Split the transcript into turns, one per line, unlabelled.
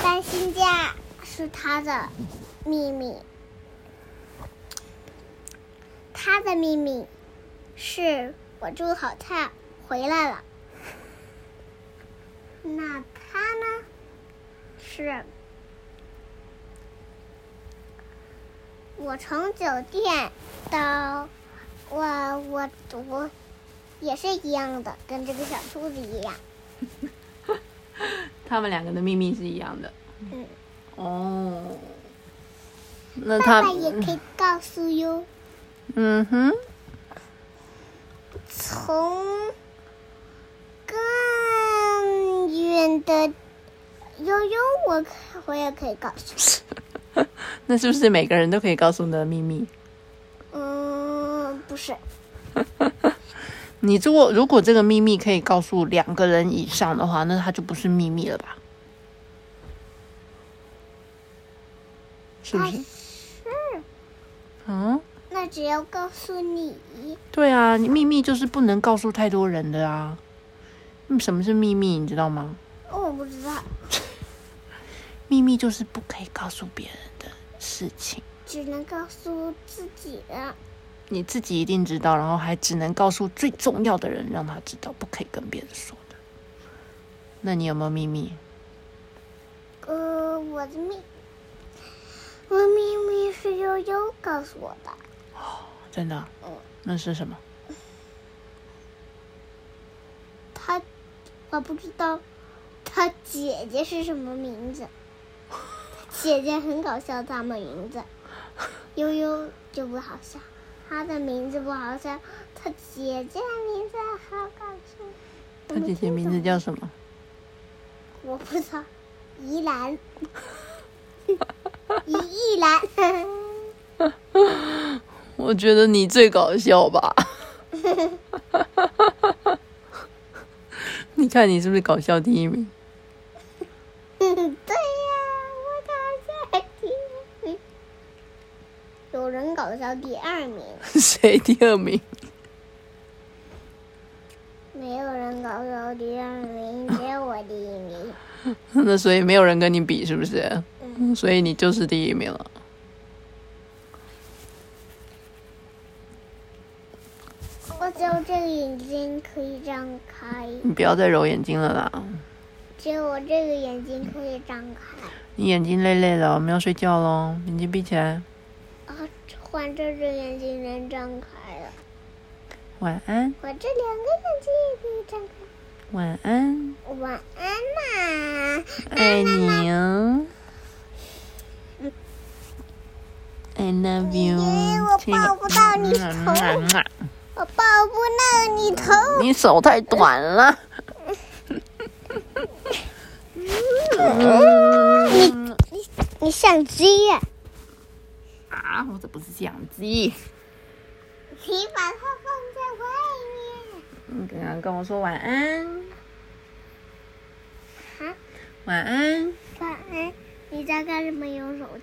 三星架是他的秘密，他的秘密是我住好菜回来了。那他呢？是我从酒店到我我我也是一样的，跟这个小兔子一样。
他们两个的秘密是一样的。
嗯，
哦，那
爸
他
爸也可以告诉哟。
嗯哼，
从更远的悠悠，我可我也可以告诉你。
那是不是每个人都可以告诉你的秘密？
嗯，不是，
你如果如果这个秘密可以告诉两个人以上的话，那它就不是秘密了吧？是不
它
是？
啊是
嗯，
那只要告诉你，
对啊，你秘密就是不能告诉太多人的啊。嗯什么是秘密？你知道吗？
哦我不知道，
秘密就是不可以告诉别人的事情，
只能告诉自己的。
你自己一定知道，然后还只能告诉最重要的人，让他知道，不可以跟别人说的。那你有没有秘密？
呃，我的秘，我的秘密是悠悠告诉我的。
真的啊
嗯？
那是什么？
他，我不知道他姐姐是什么名字。姐姐很搞笑，她没名字。悠悠就不好笑，她的名字不好笑，她姐姐的名字好搞笑。
他姐姐名字叫什么？
我不知道，宜兰，宜宜兰，
我觉得你最搞笑吧。 你看你是不是搞笑第一名？
对呀，我搞笑第一名，有人搞笑第二名，
谁第二名？
没有人搞笑第二名，只有我第一名。
那所以没有人跟你比，是不是？
嗯
所以你就是第一名了。
我只有这个眼睛可以张开，
你不要再揉眼睛了啦，
只有我这个眼睛可以张开。
你眼睛累累了，我们要睡觉喽，眼睛闭起来，
啊，换这只眼睛能张开了，
晚安，
我这两个眼睛也可以张开。
晚安，
晚安啦、
爱你哦。I love you，
我抱不到你头我抱不到你头，
你手太短了。嗯
你像鸡呀、
啊，我这不是相机。
你把它放在外面。
你刚刚跟我说晚安，
啊，
晚安。
晚安。你在干什么？用手机。